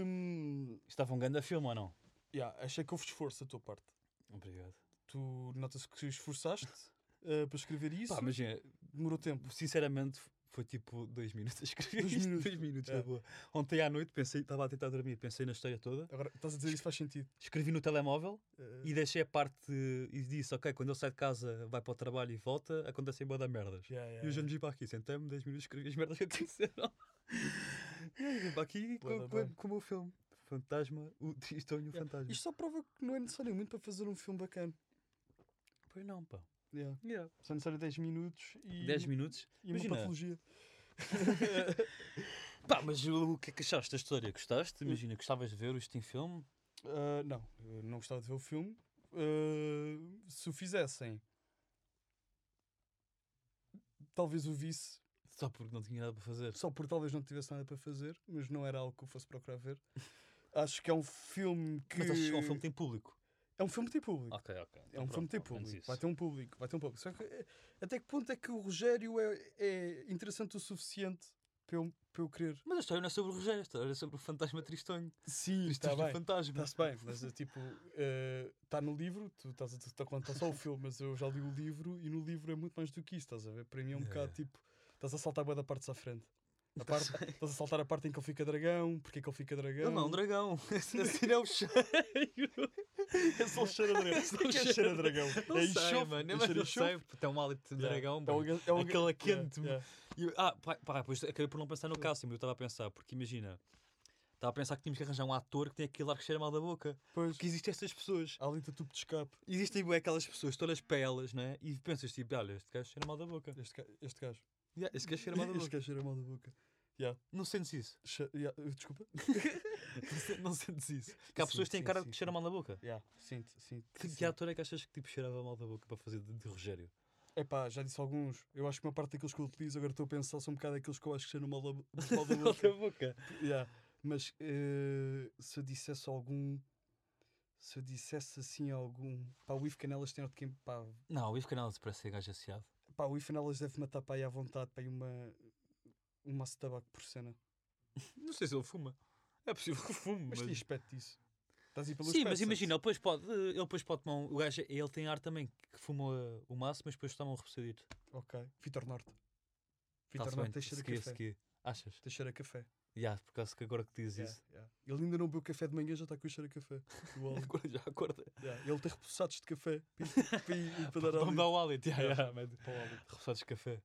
Speaker 2: hum,
Speaker 3: Estava um grande filme ou não?
Speaker 2: Yeah, achei que houve esforço da tua parte.
Speaker 3: Obrigado.
Speaker 2: Tu notas que esforçaste eh, para escrever isso.
Speaker 3: Pá, imagina,
Speaker 2: Demorou tempo.
Speaker 3: sinceramente foi tipo dois minutos a escrever
Speaker 2: Dois
Speaker 3: isto.
Speaker 2: minutos.
Speaker 3: Dois minutos,
Speaker 2: É.
Speaker 3: na boa. Ontem à noite pensei, estava a tentar dormir, pensei na história toda.
Speaker 2: Agora, estás a dizer isso faz sentido.
Speaker 3: Escrevi no telemóvel
Speaker 2: Eh,
Speaker 3: e deixei a parte e disse, ok, quando ele sai de casa, vai para o trabalho e volta, acontecem boa da merdas.
Speaker 2: yeah, yeah,
Speaker 3: E eu já
Speaker 2: yeah.
Speaker 3: me vi para aqui, sentei-me, 10 minutos, escrevi as merdas que aconteceram. e aí vim para aqui
Speaker 2: Bué da
Speaker 3: com, com,
Speaker 2: bem.
Speaker 3: com o meu filme. Fantasma, o Tristonho e o
Speaker 2: Yeah.
Speaker 3: Fantasma.
Speaker 2: Isto só prova que não é necessário muito para fazer um filme bacana.
Speaker 3: Pois não, pá.
Speaker 2: Yeah.
Speaker 3: Yeah.
Speaker 2: Só é necessário 10 minutos e,
Speaker 3: 10 minutos.
Speaker 2: e uma
Speaker 3: Imagina.
Speaker 2: patologia.
Speaker 3: Pá, mas o que é que achaste da história?
Speaker 2: Hum?
Speaker 3: Gostaste? Imagina, gostavas de ver isto em filme?
Speaker 2: Ah, não, eu não gostava de ver o filme. Ah, se o fizessem, talvez o visse,
Speaker 3: Só porque não tinha nada para fazer.
Speaker 2: só por talvez não tivesse nada para fazer, mas não era algo que eu fosse procurar ver. Acho que é um filme que.
Speaker 3: Mas acho que é um filme Ah, que tem público.
Speaker 2: É um filme que tem público.
Speaker 3: Ok, ok. Então
Speaker 2: É um filme que tem público. Vai ter um público. Vai ter um público. Só que, eh, até que ponto é que o Rogério é, é interessante o suficiente para eu, para eu querer?
Speaker 3: Mas a história não é sobre o Rogério, a história é sobre o fantasma tristonho.
Speaker 2: Sim,
Speaker 3: Tristonho do fantasma.
Speaker 2: Está-se tá bem, mas é tipo, está no livro, tu estás a tá, contar só o filme, mas eu já li o livro e no livro é muito mais do que isso, estás a ver? Para mim é um
Speaker 3: Yeah.
Speaker 2: bocado tipo, estás a saltar bem da parte à frente. A parte, estás a saltar a parte em que ele fica dragão, porque é que ele fica dragão.
Speaker 3: Ele não é um dragão. Assim é o cheiro.
Speaker 2: é só o cheiro a dragão.
Speaker 3: só
Speaker 2: O que é que
Speaker 3: o
Speaker 2: é cheiro a
Speaker 3: cheiro a
Speaker 2: dragão?
Speaker 3: Não
Speaker 2: é
Speaker 3: sei,
Speaker 2: enxofre,
Speaker 3: mano.
Speaker 2: é
Speaker 3: Eu mas
Speaker 2: cheiro a
Speaker 3: não sei.
Speaker 2: enxofre.
Speaker 3: porque Tem um hálito de
Speaker 2: Yeah.
Speaker 3: dragão.
Speaker 2: É um
Speaker 3: bro.
Speaker 2: ga- é um ga-
Speaker 3: Aquela
Speaker 2: yeah,
Speaker 3: quente.
Speaker 2: yeah.
Speaker 3: E, ah, pá, pá, pois acabei por não pensar no Cássio, mas eu estava a pensar, porque imagina, Estava a pensar que tínhamos que arranjar um ator que tem aquele ar que cheira mal da boca.
Speaker 2: Pois,
Speaker 3: Porque existem estas pessoas.
Speaker 2: há ali tubo de escape.
Speaker 3: Existem bué, aquelas pessoas todas para elas, não é? E pensas tipo, olha, este gajo cheira mal da boca.
Speaker 2: Este, ga- este gajo.
Speaker 3: Yeah, este gajo cheira mal da
Speaker 2: Este
Speaker 3: boca.
Speaker 2: gajo cheira mal da boca. Yeah.
Speaker 3: Não sentes isso.
Speaker 2: Che- yeah, uh, Desculpa?
Speaker 3: Não sen- Não sentes isso. Que há
Speaker 2: Sim,
Speaker 3: pessoas que têm
Speaker 2: sim,
Speaker 3: cara
Speaker 2: sim,
Speaker 3: que cheira
Speaker 2: sim.
Speaker 3: mal da boca.
Speaker 2: Yeah. Sinto, sinto.
Speaker 3: Que, que
Speaker 2: sinto.
Speaker 3: ator é que achas que tipo cheirava mal da boca para fazer de, de Rogério?
Speaker 2: Epá, já disse alguns. Eu acho que uma parte daqueles que eu utilizo, agora estou a pensar, são um bocado aqueles que eu acho que cheiram mal da, mal da
Speaker 3: Mal da
Speaker 2: boca.
Speaker 3: boca.
Speaker 2: Yeah. Mas eh, se eu dissesse algum. Se eu dissesse assim algum. Pá, o Ivo Canelas tem de quem. Pá,
Speaker 3: Não, o Ivo Canales parece ser gajo asseado.
Speaker 2: pá, o Ivo Canelas deve matar para aí à vontade, para aí uma. Um maço de tabaco por cena.
Speaker 3: Não sei se ele fuma. É possível que fume,
Speaker 2: Mas, tinha aspecto disso. Estás aí pelo
Speaker 3: Sim, mas imagina, ele depois pode, ele depois pode tomar um. O gajo, ele tem ar também que fuma uh, o máximo, mas depois toma um repousadito.
Speaker 2: Ok. Vitor Norte. Vitor
Speaker 3: Está-se
Speaker 2: Norte,
Speaker 3: bem,
Speaker 2: deixa de
Speaker 3: se quer, se
Speaker 2: café.
Speaker 3: quer. Achas?
Speaker 2: Tem cheiro a café.
Speaker 3: Já, por causa que agora que dizes
Speaker 2: Yeah,
Speaker 3: isso.
Speaker 2: yeah. Ele ainda não bebeu café de manhã, já está com o cheiro a café. O Aldi.
Speaker 3: Agora já acorda.
Speaker 2: Yeah, Ele tem repulsados de café para ir- para ir- para dar
Speaker 3: Vamos dar
Speaker 2: ali.
Speaker 3: o hálito. já,
Speaker 2: Yeah.
Speaker 3: já, mas-
Speaker 2: Para o Aldi.
Speaker 3: Repousados de café.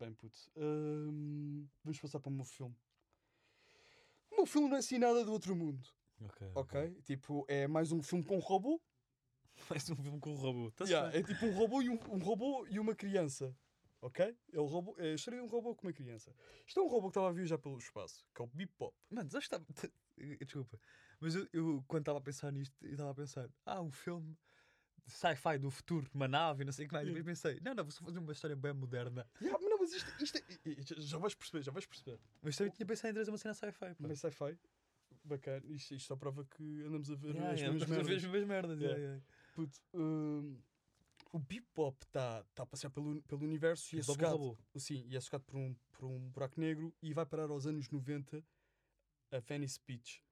Speaker 2: Bem, puto. Hum, vamos passar para o meu filme. O meu filme não é assim nada do outro mundo,
Speaker 3: Ok.
Speaker 2: ok? Tipo, é mais um filme com um robô.
Speaker 3: Mais um filme com o robô. Tá-se
Speaker 2: Yeah,
Speaker 3: bem.
Speaker 2: é tipo um robô, e um, um robô e uma criança, ok? É o robô, é a história de um robô com uma criança. Isto é um robô que estava a viajar pelo espaço, que é o Bebop.
Speaker 3: Mano, já estava. Desculpa. Mas eu, eu, quando estava a pensar nisto, eu estava a pensar: ah, um filme de sci-fi do futuro, uma nave, e não sei o que mais. E depois pensei: não, não, vou só fazer uma história bem moderna.
Speaker 2: Yeah, mas não, mas isto, isto é, e- e- já vais perceber, já vais perceber.
Speaker 3: Mas também tinha pensado em trazer uma cena sci-fi. pá.
Speaker 2: Mas sci-fi, bacana, isto, isto só prova que andamos a ver
Speaker 3: Yeah,
Speaker 2: as
Speaker 3: yeah,
Speaker 2: mesmas
Speaker 3: mas
Speaker 2: merdas.
Speaker 3: as mesmas merdas.
Speaker 2: Yeah.
Speaker 3: yeah, yeah.
Speaker 2: Puto, hum, o Bebop está tá a passear pelo, pelo universo e é,
Speaker 3: Bebop
Speaker 2: sugado,
Speaker 3: Robô.
Speaker 2: sim, e é sugado por um, por um buraco negro e vai parar aos anos 90 a Venice Beach.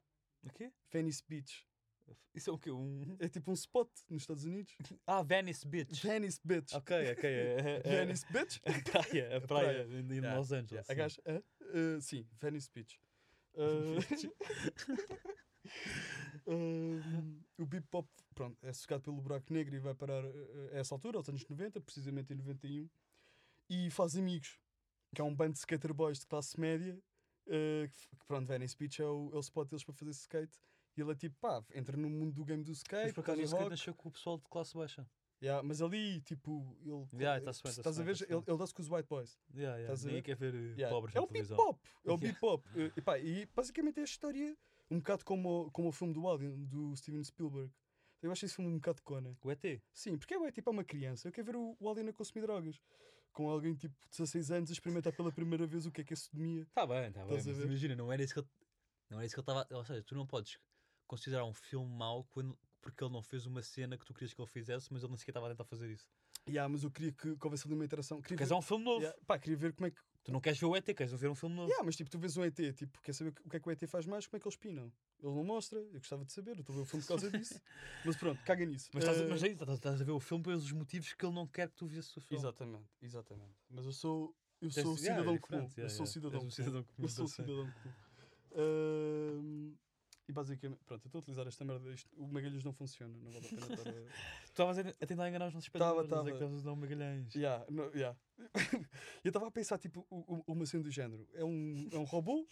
Speaker 3: O quê?
Speaker 2: Venice Beach
Speaker 3: Isso é o quê? Um...
Speaker 2: é tipo um spot nos Estados Unidos.
Speaker 3: Ah, Venice Beach.
Speaker 2: Venice Beach.
Speaker 3: ok, ok. é- é- é-
Speaker 2: Venice Beach.
Speaker 3: A praia, a
Speaker 2: A praia.
Speaker 3: praia, em em
Speaker 2: Yeah.
Speaker 3: Los Angeles.
Speaker 2: A
Speaker 3: sim.
Speaker 2: gaja- hã? Ah, sim, Venice Beach. Eh, Ah, hum, o Bebop, pronto, é sugado pelo buraco negro e vai parar ah, a essa altura, aos anos 90, precisamente em 91, e faz amigos, que é um bando de skater boys de classe média, ah, que, f- que, pronto, Venice Beach é o, é o spot deles para fazer skate, e ele é tipo, pá, entra no mundo do game do skate,
Speaker 3: Mas por acaso o
Speaker 2: Tony
Speaker 3: skate
Speaker 2: Hawk.
Speaker 3: nasceu com o pessoal de classe baixa.
Speaker 2: Yeah, mas ali, tipo, ele...
Speaker 3: Yeah, tá-se bem, tá-se
Speaker 2: estás a
Speaker 3: bem,
Speaker 2: ver,
Speaker 3: tá-se bem.
Speaker 2: ele, ele dá-se com os white boys.
Speaker 3: Yeah, yeah.
Speaker 2: Estás a
Speaker 3: Ninguém
Speaker 2: ver?
Speaker 3: quer ver eh,
Speaker 2: Yeah.
Speaker 3: pobres
Speaker 2: é
Speaker 3: na
Speaker 2: o
Speaker 3: televisão.
Speaker 2: bebop, é o
Speaker 3: Yeah.
Speaker 2: bebop. Eh, epá, e basicamente é a história, um bocado como o, como o filme do Alien, do Steven Spielberg. Eu acho esse filme um bocado cona.
Speaker 3: O ET.
Speaker 2: Sim, porque é tipo é uma criança. Eu quero ver o, o Alien a consumir drogas. Com alguém tipo de 16 anos a experimentar pela primeira vez o que é que é sodomia.
Speaker 3: Tá bem, tá bem.
Speaker 2: Estás a
Speaker 3: mas
Speaker 2: ver?
Speaker 3: imagina, não era isso que ele não era isso que ele estava. Ou seja, tu não podes considerar um filme mau quando- porque ele não fez uma cena que tu querias que ele fizesse, mas ele nem sequer estava a tentar fazer isso.
Speaker 2: Yeah, mas eu queria que, que houvesse ali uma interação. Queria
Speaker 3: Queres
Speaker 2: ver,
Speaker 3: um filme novo?
Speaker 2: Yeah, pá, queria ver como é que.
Speaker 3: Tu não queres ver o ET, queres ver um filme novo.
Speaker 2: Yeah, mas tipo, tu vês um ET, tipo, quer saber o que é que o ET faz mais, como é que eles pinam? Ele não mostra, eu gostava de saber, eu estou a ver o filme por causa disso. mas pronto, caga nisso.
Speaker 3: Mas, estás, a-
Speaker 2: Eh,
Speaker 3: mas aí estás, estás a ver o filme pelos motivos que ele não quer que tu viesse o filme.
Speaker 2: Exatamente, exatamente. Então, Mas eu sou, eu
Speaker 3: Tens-
Speaker 2: sou um
Speaker 3: yeah, é
Speaker 2: cidadão comum.
Speaker 3: diferente,
Speaker 2: eu
Speaker 3: yeah,
Speaker 2: sou
Speaker 3: yeah.
Speaker 2: cidadão
Speaker 3: És um
Speaker 2: comum.
Speaker 3: cidadão comum.
Speaker 2: Eu sou
Speaker 3: tá certo.
Speaker 2: cidadão comum. Ahm, e basicamente, pronto, eu estou a utilizar esta merda. Isto, o Magalhães não funciona, não vale a pena estar a.
Speaker 3: Tu estavas a a tentar enganar os nossos espectadores.
Speaker 2: Tava,
Speaker 3: a dizer
Speaker 2: tava.
Speaker 3: que estavas a usar o Magalhães.
Speaker 2: yeah, não, yeah. eu estava a pensar, tipo, u- u- uma cena do género. É um, é um robô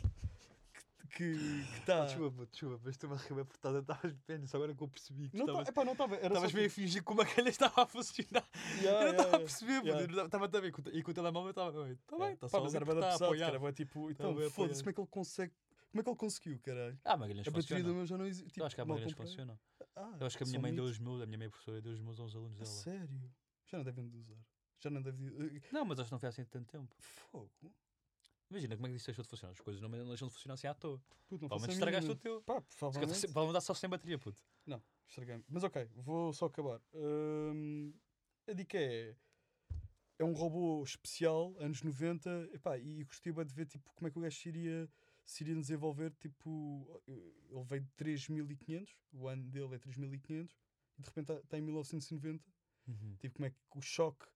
Speaker 2: que está. Que, tá
Speaker 3: Desculpa, desculpa, mas estou-me a arrebentar porque estás- estavas de pênis, agora que eu percebi que
Speaker 2: não tá,
Speaker 3: estavas-
Speaker 2: epá, não estava.
Speaker 3: estavas meio a
Speaker 2: assim.
Speaker 3: fingir é que o Magalhães estava a funcionar.
Speaker 2: tipo,
Speaker 3: eu
Speaker 2: Yeah,
Speaker 3: não estava
Speaker 2: yeah,
Speaker 3: a perceber,
Speaker 2: Ah, é, yeah.
Speaker 3: puto, eu estava a ver. E com o telemóvel estava. Está bem,
Speaker 2: yeah.
Speaker 3: está
Speaker 2: Pá,
Speaker 3: só a
Speaker 2: mas era
Speaker 3: ver,
Speaker 2: bem
Speaker 3: tá a
Speaker 2: pesado,
Speaker 3: apoiar.
Speaker 2: cara. bué Tipo, então,
Speaker 3: bem a apoiar.
Speaker 2: foda-se, como é que ele consegue. Como é que ele conseguiu, caralho?
Speaker 3: Ah, Magalhães
Speaker 2: A bateria do
Speaker 3: funciona.
Speaker 2: meu já não existe.
Speaker 3: Eu acho que há
Speaker 2: mal
Speaker 3: Magalhães
Speaker 2: comprei.
Speaker 3: funcionam.
Speaker 2: tipo, Ah,
Speaker 3: Eu acho que a minha
Speaker 2: são
Speaker 3: mãe deu
Speaker 2: mitos.
Speaker 3: os meus, a minha mãe é professora, deu os meus aos alunos
Speaker 2: A
Speaker 3: dela.
Speaker 2: sério? Já não devem de usar. Já não devem de... eh,
Speaker 3: Não, mas acho que não foi assim tanto tempo.
Speaker 2: Fogo?
Speaker 3: Imagina como é que isso deixou de funcionar. As coisas não não deixam de funcionar assim à toa.
Speaker 2: Puto, não faço
Speaker 3: Provavelmente
Speaker 2: a
Speaker 3: estragaste o
Speaker 2: mínima.
Speaker 3: teu. Se
Speaker 2: Pá,
Speaker 3: calhar tá
Speaker 2: provavelmente...
Speaker 3: sem- Vão dar só sem bateria, puto.
Speaker 2: Não, estraguei Mas ok, vou só acabar. Hum, a dica é... É um robô especial, anos 90, epá, e gostei bem de ver tipo, como é que o gajo se iria, se iria desenvolver. Tipo, eh, ele veio de 3500, o ano dele é 3500, e de repente está em 1990. Tipo, como é que o choque.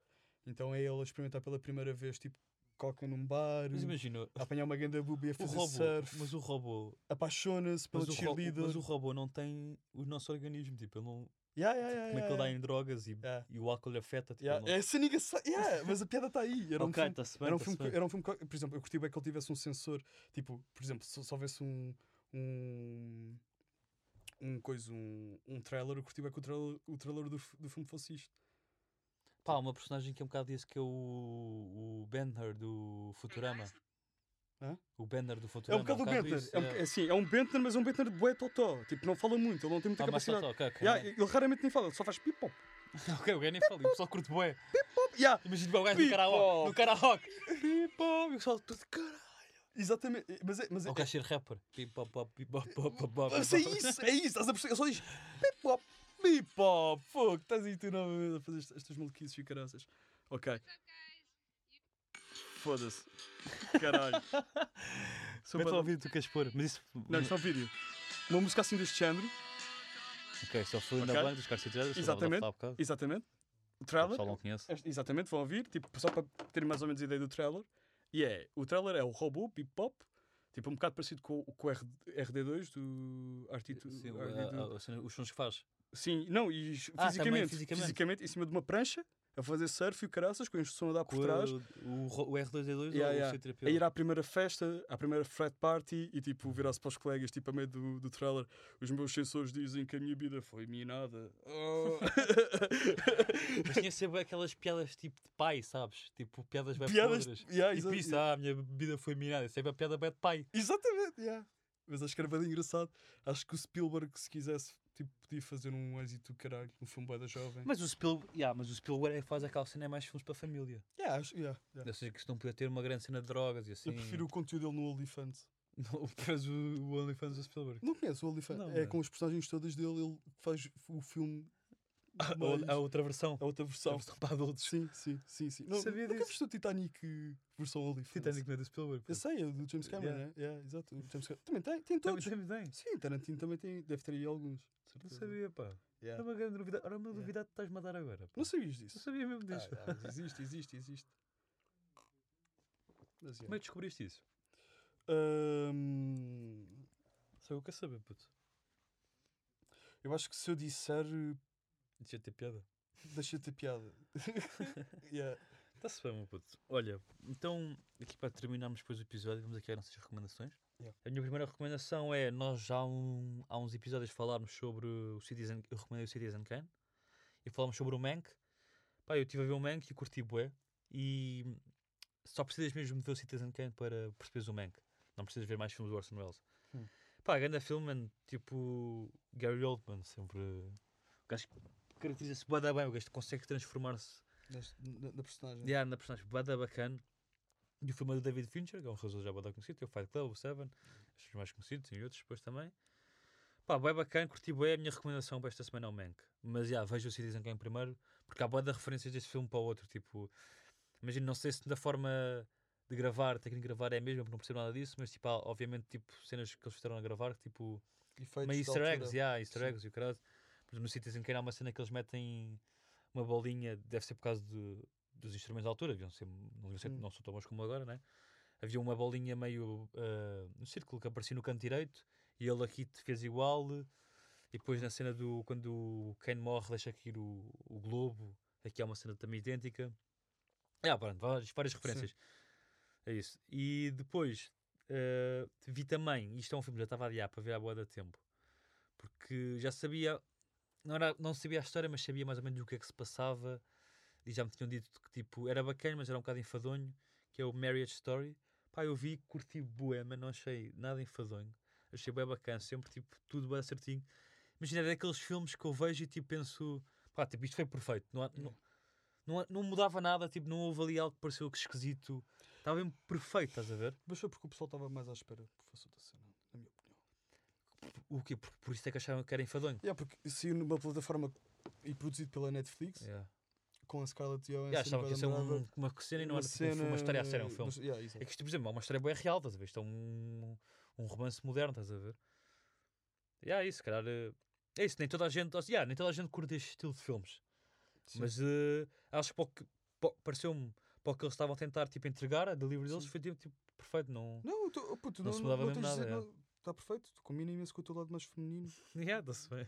Speaker 2: Então é ele a experimentar pela primeira vez, tipo, coca num bar,
Speaker 3: Mas imagina,
Speaker 2: a apanhar uma ganda booby a
Speaker 3: o
Speaker 2: fazer
Speaker 3: robô,
Speaker 2: surf,
Speaker 3: mas o robô,
Speaker 2: apaixona-se pelo
Speaker 3: mas o, ro-
Speaker 2: cheerleader.
Speaker 3: mas o robô não tem o nosso organismo, tipo, ele não,
Speaker 2: Yeah, yeah, yeah,
Speaker 3: como é que ele dá
Speaker 2: yeah,
Speaker 3: em drogas e,
Speaker 2: yeah.
Speaker 3: e o álcool lhe afeta, tipo,
Speaker 2: Yeah, é,
Speaker 3: ele não-
Speaker 2: Essa nigga sa- yeah, mas a piada está aí. Era um
Speaker 3: Ok,
Speaker 2: filme,
Speaker 3: está-se bem, tá
Speaker 2: era um
Speaker 3: tá-se
Speaker 2: filme, que-
Speaker 3: bem.
Speaker 2: era um filme que- por exemplo, eu curti bem que ele tivesse um sensor, tipo, por exemplo, se, se houvesse um, um. Um coisa, um, um trailer. Eu curti bem que o trailer, o trailer do, f- do filme fosse isto.
Speaker 3: Pá, uma personagem que é um bocado disse que é o, o Bender do Futurama.
Speaker 2: Hã?
Speaker 3: O Bender do
Speaker 2: É
Speaker 3: Futurama.
Speaker 2: um bocado o Bentner.
Speaker 3: isso,
Speaker 2: É, um, é assim, é um Bentner, mas é um Bentner de bué totó. Tipo, não fala muito, ele não tem muita
Speaker 3: Ah, mas só
Speaker 2: capacidade.
Speaker 3: toca, ok.
Speaker 2: Yeah, ele raramente nem fala, ele só faz pipop.
Speaker 3: Ok, o gajo nem fala, o pessoal curte bué.
Speaker 2: Yeah,
Speaker 3: Imagina o gajo no karaoke, no
Speaker 2: Pipoca.
Speaker 3: karaoke. Pipó, e o pessoal todo caralho.
Speaker 2: exatamente. Mas é, mas é,
Speaker 3: Ou quer ser rapper. Pipó, pó, pipó, pó, pó, pó,
Speaker 2: Mas é
Speaker 3: pó.
Speaker 2: isso, é isso, estás a perceber? Ele só diz pipop, pipop, fogo, estás aí tu novamente a fazer est- estas maluquices e caraças. Ok. Foda-se. Caralho. Sou
Speaker 3: Mete lá o
Speaker 2: bué-
Speaker 3: vídeo que tu queres pôr, mas isso...
Speaker 2: Não, isto é um vídeo. Uma música assim deste género,
Speaker 3: Ok, só fui na
Speaker 2: um Ok.
Speaker 3: banda dos Carciteiros.
Speaker 2: Exatamente. exatamente. O
Speaker 3: um O
Speaker 2: trailer.
Speaker 3: pessoal não conhece.
Speaker 2: Este- Exatamente, vão ouvir, tipo, só para terem mais ou menos ideia do trailer. E é, o trailer é o robô, Pip Pop, tipo, um bocado parecido com, o- com o RD RD2 do Artito.
Speaker 3: Eh, Sim, o-
Speaker 2: RD2.
Speaker 3: a- a- a cena- os sons que faz.
Speaker 2: Sim, não, e s-
Speaker 3: Ah, também
Speaker 2: fisicamente,
Speaker 3: fisicamente.
Speaker 2: fisicamente. em cima de uma prancha, a fazer surf e o caraças, com a instrução a dar por trás.
Speaker 3: O, o, o R2D2
Speaker 2: Yeah,
Speaker 3: ou
Speaker 2: yeah.
Speaker 3: o C3PO?
Speaker 2: A ir à primeira festa, à primeira frat party e tipo virar-se para os colegas, tipo a meio do, do trailer. Os meus sensores dizem que a minha vida foi minada. Oh.
Speaker 3: Mas tinha sempre aquelas piadas tipo de pai, sabes? Tipo piadas bem
Speaker 2: Piadas.
Speaker 3: podres.
Speaker 2: Yeah,
Speaker 3: E
Speaker 2: exa-
Speaker 3: tipo isso, ah, a minha bebida foi minada. É Sempre a piada bem de pai.
Speaker 2: Exatamente, yeah. Mas acho que era bem engraçado. Acho que o Spielberg, se quisesse, tipo, podia fazer um êxito do caralho, um filme bué da jovem.
Speaker 3: Mas o Spielberg, yeah, mas o Spielberg é que faz aquela cena é mais filmes para a família.
Speaker 2: Yeah, acho- yeah, yeah.
Speaker 3: Ou seja, que isto não podia ter uma grande cena de drogas e assim.
Speaker 2: Eu prefiro o conteúdo dele no OnlyFans.
Speaker 3: Não, Mas o, o OnlyFans do Spielberg.
Speaker 2: Não conheço o OnlyFans.
Speaker 3: Não,
Speaker 2: é
Speaker 3: mano.
Speaker 2: com as personagens todas dele, ele faz o filme.
Speaker 3: A-
Speaker 2: mais-
Speaker 3: A, outra versão.
Speaker 2: a outra
Speaker 3: A
Speaker 2: versão.
Speaker 3: versão para adultos.
Speaker 2: Sim, sim, sim. sim. Não,
Speaker 3: Sabia
Speaker 2: nunca
Speaker 3: disso.
Speaker 2: viste o Titanic eh, versão OnlyFans?
Speaker 3: Titanic não é do Spielberg. pô.
Speaker 2: Eu sei, é do James Cameron,
Speaker 3: Yeah.
Speaker 2: né? Yeah, exato. O James Cameron. Também tem, tem
Speaker 3: Também
Speaker 2: todos.
Speaker 3: também tem.
Speaker 2: Sim, Tarantino também tem, deve ter aí alguns. de
Speaker 3: Não
Speaker 2: certeza.
Speaker 3: sabia, pá. Era
Speaker 2: Yeah.
Speaker 3: uma grande novidade. Era uma
Speaker 2: Yeah.
Speaker 3: novidade que estás-me a dar agora. pá. é.
Speaker 2: Não sabias disso?
Speaker 3: Não sabia mesmo disso.
Speaker 2: Ah, ah, mas existe, existe, existe. Mas,
Speaker 3: Como é que descobriste isso?
Speaker 2: yeah. Ahm,
Speaker 3: Só eu quero saber, puto.
Speaker 2: eu acho que se eu disser, eh,
Speaker 3: Deixa ter piada.
Speaker 2: deixa-te a piada. Yeah.
Speaker 3: Está-se bem, meu puto. Olha, então, aqui para terminarmos depois o episódio, vamos aqui às nossas recomendações.
Speaker 2: Yeah.
Speaker 3: A minha primeira recomendação é, nós já há, um- há uns episódios falámos sobre o Citizen, eu recomendei o Citizen Kane, e falámos sobre o Mank. Pá, eu estive a ver o Mank e curti bué, e só precisas mesmo de ver o Citizen Kane para perceberes o Mank. Não precisas ver mais filmes do Orson Welles.
Speaker 2: Hum.
Speaker 3: Pá, grande filme, mano, tipo Gary Oldman, sempre... O gajo caracteriza-se bué da bem, o gajo consegue transformar-se
Speaker 2: Nas- Na, na personagem.
Speaker 3: Yeah, na personagem bada bacana. E o filme é do David Fincher, que é um realizador já bada conhecido, tem o Fight Club, o Seven, os mais conhecidos e outros depois também. Pá, bem bacana, curti bem, a minha recomendação para esta semana é o Mank. Mas, já, vejo o Citizen Kane primeiro, porque há bada referências deste filme para o outro, tipo... Imagina, não sei se da forma de gravar, técnica de gravar é a mesma, porque não percebo nada disso, mas, tipo, há, obviamente, tipo, cenas que eles fizeram a gravar, que, tipo...
Speaker 2: Efeitos
Speaker 3: Meio
Speaker 2: de
Speaker 3: easter
Speaker 2: altura.
Speaker 3: eggs, yeah, easter
Speaker 2: Sim.
Speaker 3: eggs e o caralho. Por exemplo, no Citizen Kane há uma cena que eles metem uma bolinha, deve ser por causa de- dos instrumentos da altura, deviam ser, não, deviam ser,
Speaker 2: Hum.
Speaker 3: não são tão bons como agora, né? Havia uma bolinha meio ah, no círculo que aparecia no canto direito e ele aqui te fez igual. E depois na cena do quando o Kane morre, deixa aqui o, o globo, aqui há uma cena também idêntica. É, pronto, várias, várias referências. É isso. E depois eh, vi também, isto é um filme que já estava a adiar para ver a boa da tempo, porque já sabia, não, era, não sabia a história, mas sabia mais ou menos o que é que se passava e já me tinham dito que tipo era bacana, mas era um bocado enfadonho, que é o Marriage Story. Pá, eu vi, curti bué, mas não achei nada enfadonho. Achei bem bacana, sempre tipo tudo bem certinho. Imagina, é daqueles filmes que eu vejo e tipo penso, pá, tipo isto foi perfeito, não, há- não, não, há- não mudava nada, tipo não houve ali algo que pareceu que esquisito. Estava mesmo perfeito, estás a ver?
Speaker 2: Mas foi porque o pessoal estava mais à espera que fosse outra cena, na minha opinião.
Speaker 3: O quê? Por, por isso é que achavam que era enfadonho.
Speaker 2: Yeah, porque saiu numa plataforma e produzido pela Netflix,
Speaker 3: Yeah.
Speaker 2: com a Scarlett Johansson.
Speaker 3: Yeah, achavam que ia ser
Speaker 2: Adam
Speaker 3: um,
Speaker 2: Driver,
Speaker 3: uma cena e não
Speaker 2: uma
Speaker 3: era tipo, um filme, uma história a sério, é um filme.
Speaker 2: mas- yeah, exato.
Speaker 3: É que isto, por exemplo, é uma história bem real, estás a ver? Isto é um, um romance moderno, estás a ver? E é isso, se calhar. eh, É isso, nem toda a gente, ou seja, yeah, nem toda a gente curte este estilo de filmes.
Speaker 2: Sim.
Speaker 3: Mas eh, acho que para o que pa- pareceu-me para o que eles estavam a tentar tipo, entregar, a delivery deles
Speaker 2: Sim.
Speaker 3: foi tipo, tipo, perfeito. Não,
Speaker 2: Não, eu tô, oh, puto,
Speaker 3: Não
Speaker 2: não,
Speaker 3: se
Speaker 2: não,
Speaker 3: mudava
Speaker 2: não,
Speaker 3: mesmo
Speaker 2: tens de dizer
Speaker 3: nada, é.
Speaker 2: nada. Está perfeito, tu combina imenso com o teu lado mais feminino.
Speaker 3: Yeah, tá-se bem.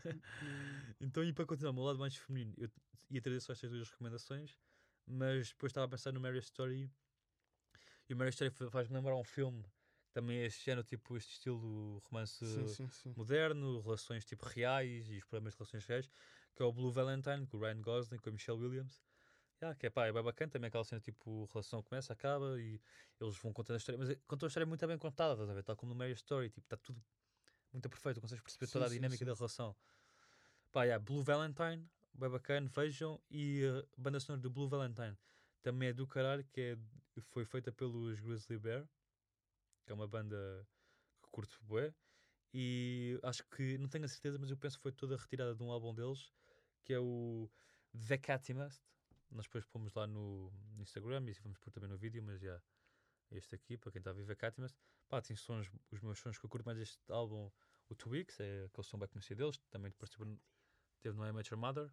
Speaker 3: então, e para continuar, o meu lado mais feminino, eu ia trazer só estas duas recomendações, mas depois estava a pensar no Marriage Story. E o Marriage Story fa- faz-me lembrar um filme que Também este género, tipo, este estilo romance
Speaker 2: Sim, sim, sim.
Speaker 3: moderno, relações tipo reais e os problemas de relações reais, que é o Blue Valentine, com o Ryan Gosling, com a Michelle Williams. Yeah, que é pá, é bem bacana também aquela cena tipo, a relação começa, acaba e eles vão contando a história, mas é- contam a história muito bem contada, estás a ver? Tal como no Marriage Story, tipo, está tudo muito perfeito, consegues perceber
Speaker 2: Sim,
Speaker 3: toda a
Speaker 2: sim,
Speaker 3: dinâmica
Speaker 2: sim.
Speaker 3: da relação. Pá, yeah, Blue Valentine, bem bacana, vejam, e a banda sonora do Blue Valentine também é do caralho, que é, foi feita pelos Grizzly Bear, que é uma banda que curto bué, e acho que, não tenho a certeza, mas eu penso que foi toda retirada de um álbum deles, que é o The Catimast. Nós depois pomos lá no no Instagram e vamos pôr também no vídeo, mas já este aqui, para quem está a viver Catimast. Pá, tem sons, os meus sons que eu curto mais deste álbum, o Two Weeks, é aquele som bem conhecido deles, também participou, no- teve no I Met Your Mother.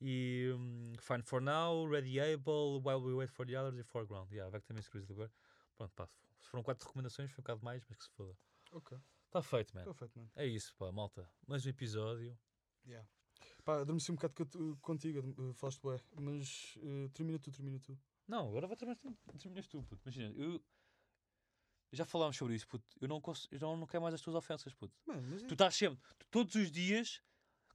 Speaker 3: E hum, Fine For Now, Ready Able, While We Wait For The Others e Foreground. Yeah, vai que também se Grizzly Bear. Pronto, pá, foram quatro recomendações, foi um bocado mais, mas que se foda.
Speaker 2: Ok,
Speaker 3: Está feito, man.
Speaker 2: perfeito, mano.
Speaker 3: É isso, pá, malta. Mais um episódio.
Speaker 2: Yeah. Pá, adormeci um bocado cont- contigo, adorme- eh, falaste bué, mas eh, termina tu, termina tu.
Speaker 3: Não, agora vai terminar terminas tu, puto. Imagina, eu. Já falámos sobre isso, puto. Eu não, cons- eu não, não quero mais as tuas ofensas, puto.
Speaker 2: Mano, mas, é-
Speaker 3: Tu estás sempre. Tu, todos os dias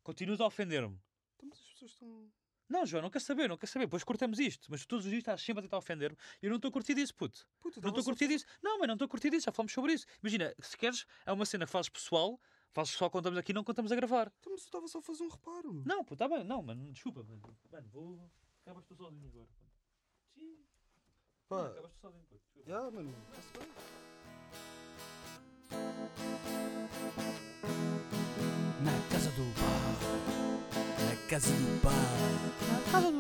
Speaker 3: continuas a ofender-me.
Speaker 2: então, mas as pessoas estão.
Speaker 3: Não, João, não quero saber, não quero saber. Depois cortamos isto. Mas tu todos os dias estás sempre a tentar ofender-me. E eu não estou a curtir disso, puto.
Speaker 2: Puta,
Speaker 3: Não estou a curtir disso. Não, mas não estou a curtir disso. Já falámos sobre isso. Imagina, se queres, é uma cena que fazes pessoal. Fazes pessoal, contamos aqui, não contamos a gravar.
Speaker 2: Então, mas eu estava só a fazer um reparo.
Speaker 3: Não, puto, está bem. Não, mano, desculpa, mano. Mano, vou. Acabas tu sozinho agora. puto. Sim,
Speaker 2: Pá,
Speaker 3: acabas tu sozinho, puto. Desculpa.
Speaker 2: yeah, mano, está-se bem.
Speaker 1: Na casa do bar. Na casa do bar. Na casa do